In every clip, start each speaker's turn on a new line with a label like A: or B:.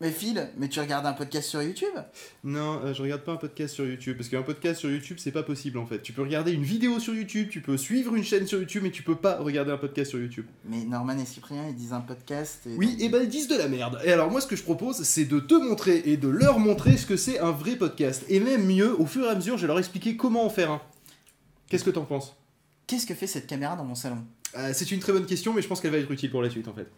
A: Mais Phil, mais tu regardes un podcast sur YouTube
B: Non, euh, je regarde pas un podcast sur YouTube, parce qu'un podcast sur YouTube, c'est pas possible en fait. Tu peux regarder une vidéo sur YouTube, tu peux suivre une chaîne sur YouTube, mais tu peux pas regarder un podcast sur YouTube.
A: Mais Norman et Cyprien, ils disent un podcast. Et...
B: Oui, et ben ils disent de la merde. Et alors moi, ce que je propose, c'est de te montrer et de leur montrer ce que c'est un vrai podcast. Et même mieux, au fur et à mesure, je vais leur expliquer comment en faire un. Qu'est-ce que t'en penses
A: Qu'est-ce que fait cette caméra dans mon salon
B: Euh, C'est une très bonne question, mais je pense qu'elle va être utile pour la suite en fait.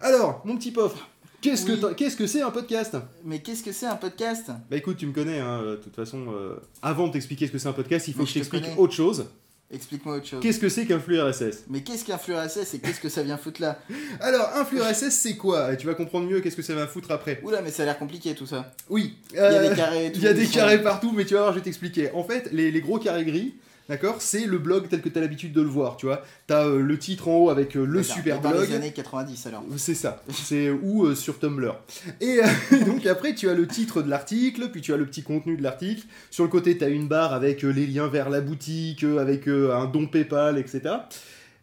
B: Alors, mon petit pof, qu'est-ce que
A: Oui.
B: t'en- qu'est-ce que c'est un podcast
A: Mais qu'est-ce que c'est un podcast
B: Bah écoute, tu me connais, hein, euh, de toute façon, euh, avant de t'expliquer ce que c'est un podcast, il faut
A: Mais
B: que je
A: je te
B: t'explique
A: connais.
B: autre chose.
A: Explique-moi autre chose.
B: Qu'est-ce que c'est qu'un flux RSS
A: Mais qu'est-ce qu'un flux RSS et qu'est-ce que ça vient foutre là
B: Alors, un flux RSS, c'est quoi Et Tu vas comprendre mieux qu'est-ce que ça va foutre après.
A: Oula, mais ça a l'air compliqué tout ça.
B: Oui,
A: Il y a
B: euh,
A: des carrés et tout.
B: il y a des
A: ça.
B: carrés partout, mais tu vas voir, je vais t'expliquer. En fait, les, les gros carrés gris, d'accord, c'est le blog tel que t'as l'habitude de le voir, tu vois. T'as euh, le titre en haut avec euh, le
A: D'accord,
B: super
A: et dans les
B: blog.
A: années 90 alors.
B: C'est ça, c'est ou euh, sur Tumblr. Et euh, donc après, tu as le titre de l'article, puis tu as le petit contenu de l'article. Sur le côté, tu as une barre avec euh, les liens vers la boutique, euh, avec euh, un don PayPal, etc.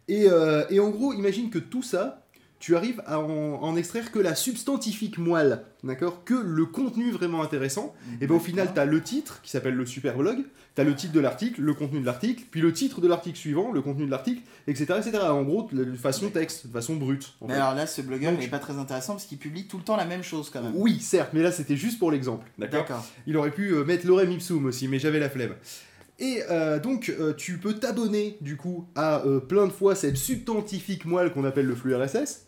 B: Et, euh, et en gros, imagine que tout ça, tu arrives à en, en extraire que la substantifique moelle, d'accord Que le contenu vraiment intéressant. Et ben au final, tu as le titre qui s'appelle le super blog, tu as le titre de l'article, le contenu de l'article, puis le titre de l'article suivant, le contenu de l'article, etc., etc. En gros, de façon texte, de façon brute. en
A: Mais
B: fait.
A: alors là, ce blogueur
B: Donc,
A: il est
B: je-
A: pas très intéressant parce qu'il publie tout le temps la même chose quand même.
B: Oui, certes, mais là c'était juste pour l'exemple. D'accord.
A: D'accord.
B: Il aurait pu euh, mettre Lorem Ipsum aussi, mais j'avais la flemme. Et euh, donc, euh, tu peux t'abonner du coup à euh, plein de fois cette substantifique moelle qu'on appelle le flux RSS,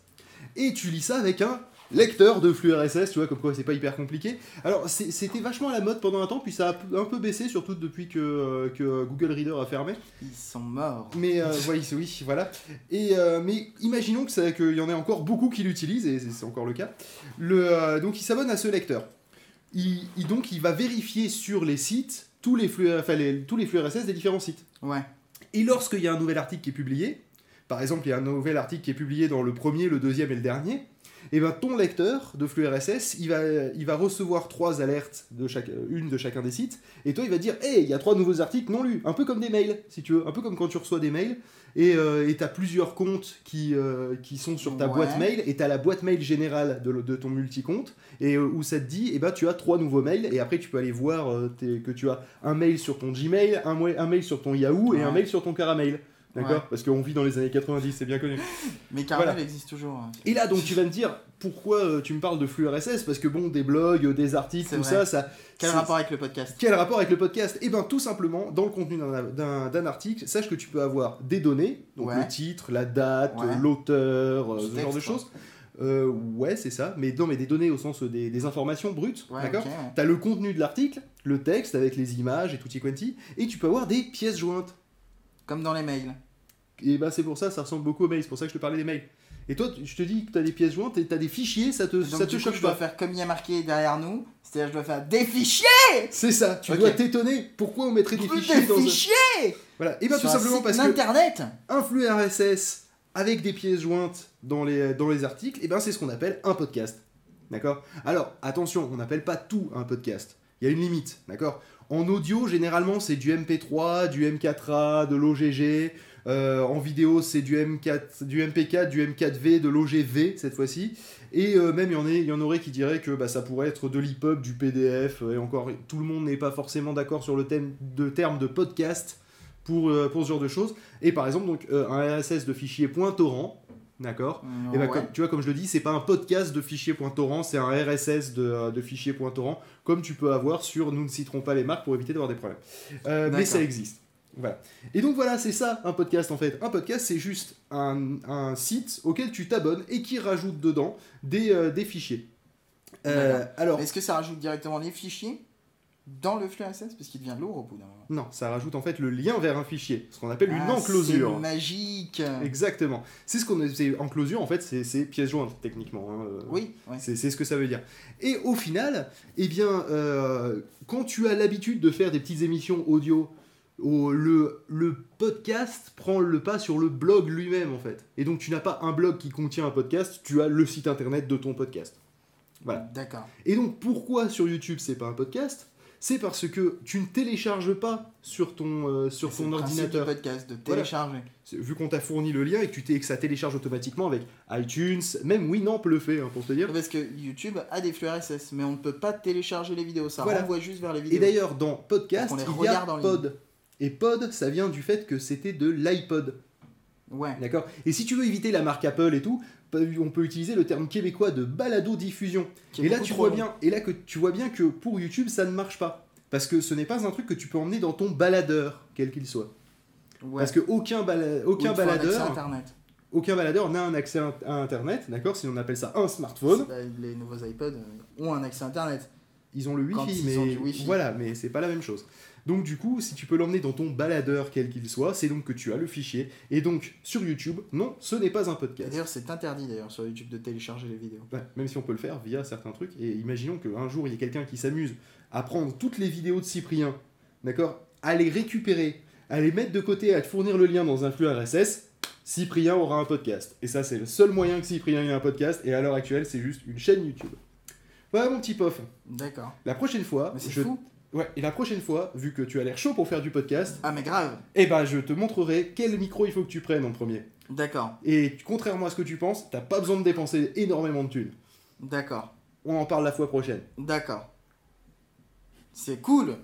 B: et tu lis ça avec un lecteur de flux RSS, tu vois, comme quoi c'est pas hyper compliqué. Alors, c'est- c'était vachement à la mode pendant un temps, puis ça a un peu baissé, surtout depuis que, euh, que Google Reader a fermé.
A: Ils sont morts.
B: Mais euh, oui, c'est- oui, voilà. Et euh, mais imaginons que ça- qu'il y en ait encore beaucoup qui l'utilisent et c'est c'est encore le cas. Le, euh, donc il s'abonne à ce lecteur. Il, il- donc il va vérifier sur les sites tous les flux, enfin, les- tous les flux RSS des différents sites.
A: Ouais.
B: Et lorsqu'il y a un nouvel article qui est publié, par exemple, il y a un nouvel article qui est publié dans le premier, le deuxième et le dernier, et ben ton lecteur de flux RSS, il va, il va recevoir trois alertes, de chaque, euh, une de chacun des sites, et toi, il va dire Hé, il y a trois nouveaux articles non lus, un peu comme des mails, si tu veux, un peu comme quand tu reçois des mails, et euh, et t'as plusieurs comptes qui, euh, qui sont sur ta
A: Ouais.
B: boîte mail, et t'as la boîte mail générale de, le- de ton multicompte, et euh, où ça te dit Eh ben, tu as trois nouveaux mails, et après, tu peux aller voir euh, tes- que tu as un mail sur ton Gmail, un, mo- un mail sur ton Yahoo, et un
A: Ouais.
B: mail sur ton Caramel. D'accord
A: Ouais.
B: Parce qu'on vit dans les années 90, c'est bien connu.
A: Mais Carmel
B: Voilà.
A: existe toujours. hein.
B: Et là, donc, tu vas me dire, pourquoi euh, tu me parles de flux RSS Parce que, bon, des blogs, euh, des articles,
A: C'est
B: tout
A: vrai.
B: ça, ça...
A: Quel
B: c'est-
A: rapport avec le podcast
B: Quel rapport avec le podcast Eh bien, tout simplement, dans le contenu d'un- d'un d'un article, sache que tu peux avoir des données, donc
A: Ouais.
B: le titre, la date,
A: Ouais.
B: euh, l'auteur, euh,
A: Du
B: ce genre de
A: texte,
B: choses. Euh, ouais, c'est ça. Mais non, mais des données au sens euh, des, des informations brutes,
A: Ouais,
B: d'accord
A: ok, ouais.
B: T'as le contenu de l'article, le texte avec les images et tutti quanti, et tu peux avoir des pièces jointes.
A: Comme dans les mails.
B: Et bah c'est pour ça, ça ressemble beaucoup aux mails, c'est pour ça que je te parlais des mails. Et toi, tu- je te dis que t'as des pièces jointes et t'as des fichiers, ça te,
A: Donc
B: ça
A: du
B: te
A: coup,
B: choque
A: je dois
B: pas.
A: faire comme il y a marqué derrière nous, c'est-à-dire je dois faire des fichiers,
B: C'est ça, tu
A: Ok.
B: dois t'étonner. Pourquoi on mettrait des
A: Plus
B: fichiers
A: des
B: dans un-
A: fichiers
B: Voilà, et bah tout
A: sur un
B: simplement
A: site
B: parce que
A: d'internet.
B: un flux RSS avec des pièces jointes dans les, dans les articles, et ben c'est ce qu'on appelle un podcast. D'accord Alors, attention, on n'appelle pas tout un podcast. Il y a une limite, d'accord En audio, généralement, c'est du MP3, du M4A, de l'OGG. Euh, en vidéo, c'est du, M4, du MP4, du M4V, de l'OGV cette fois-ci. Et euh, même, il y, en est- il y en aurait qui diraient que bah, ça pourrait être de l'EPUB, du PDF. euh, Et encore, tout le monde n'est pas forcément d'accord sur le thème de, terme de podcast pour, euh, pour ce genre de choses. Et par exemple, donc, euh, un RSS de fichier .torrent, d'accord
A: Mm,
B: et bah,
A: ouais.
B: comme- tu vois, comme je le dis, c'est pas un podcast de fichier .torrent, c'est un RSS de, euh, de fichier .torrent, comme tu peux avoir sur Nous ne citerons pas les marques pour éviter d'avoir des problèmes. Euh, mais
A: D'accord.
B: ça existe. Voilà. Et donc voilà, c'est ça un podcast en fait. Un podcast, c'est juste un, un site auquel tu t'abonnes et qui rajoute dedans des, euh, des fichiers. Euh,
A: D'accord.
B: alors,
A: Mais Est-ce que ça rajoute directement les fichiers dans le flux RSS parce qu'il devient lourd au bout d'un moment
B: non, ça rajoute en fait le lien vers un fichier, ce qu'on appelle une
A: Ah,
B: enclosure.
A: C'est magique.
B: Exactement. C'est ce qu'on c'est en closure en fait, c'est c'est pièce jointe techniquement. hein, euh,
A: Oui. ouais.
B: C'est c'est ce que ça veut dire. Et au final, eh bien, euh, quand tu as l'habitude de faire des petites émissions audio, au- le, le podcast prend le pas sur le blog lui-même en fait. Et donc tu n'as pas un blog qui contient un podcast, tu as le site internet de ton podcast. Voilà.
A: D'accord.
B: Et donc pourquoi sur YouTube c'est pas un podcast c'est parce que tu ne télécharges pas sur ton, euh, sur
A: C'est
B: ton
A: le principe
B: ordinateur.
A: du podcast, de
B: Voilà.
A: télécharger.
B: C'est- Vu qu'on t'a fourni le lien et que, tu t'es- que ça télécharge automatiquement avec iTunes, même Winamp le fait, hein, pour te dire.
A: Parce que YouTube a des flux RSS, mais on ne peut pas télécharger les vidéos. Ça
B: Voilà.
A: renvoie juste vers les
B: Et
A: vidéos.
B: d'ailleurs, dans podcast,
A: On les
B: il y a
A: regarde en ligne.
B: pod. Et pod, ça vient du fait que c'était de l'iPod.
A: ouais.
B: D'accord Et si tu veux éviter la marque Apple et tout, pe- on peut utiliser le terme québécois de balado-diffusion.
A: Qui est
B: Et là,
A: beaucoup
B: tu
A: trop
B: vois
A: long.
B: bien, et là que tu vois bien que pour YouTube, ça ne marche pas. Parce que ce n'est pas un truc que tu peux emmener dans ton baladeur, quel qu'il soit.
A: Ouais.
B: Parce que aucun, bala- aucun
A: Ou il faut un accès
B: baladeur,
A: Internet.
B: aucun baladeur n'a un accès in- à Internet, d'accord Si on appelle ça un smartphone,
A: Bah, les nouveaux iPods euh, ont un accès Internet.
B: ils ont le
A: Quand
B: Wi-Fi,
A: ils
B: mais
A: ont du Wi-Fi.
B: voilà, mais c'est pas la même chose. Donc du coup, si tu peux l'emmener dans ton baladeur, quel qu'il soit, c'est donc que tu as le fichier. Et donc sur YouTube, non, ce n'est pas un
A: Et
B: podcast.
A: D'ailleurs, c'est interdit d'ailleurs sur YouTube de télécharger les vidéos.
B: Ouais, même si on peut le faire via certains trucs. Et imaginons qu'un jour, il y ait quelqu'un qui s'amuse à prendre toutes les vidéos de Cyprien, d'accord À les récupérer, à les mettre de côté, à te fournir le lien dans un flux RSS, Cyprien aura un podcast. Et ça, c'est le seul moyen que Cyprien ait un podcast. Et à l'heure actuelle, c'est juste une chaîne YouTube. Voilà, mon petit pof.
A: D'accord.
B: La prochaine fois,
A: Mais c'est
B: je-
A: fou.
B: Ouais, et la prochaine fois, vu que tu as l'air chaud pour faire du podcast,
A: Ah, mais grave.
B: eh ben, je te montrerai quel micro il faut que tu prennes en premier.
A: D'accord.
B: Et contrairement à ce que tu penses, t'as pas besoin de dépenser énormément de thunes.
A: D'accord.
B: On en parle la fois prochaine.
A: D'accord. C'est cool.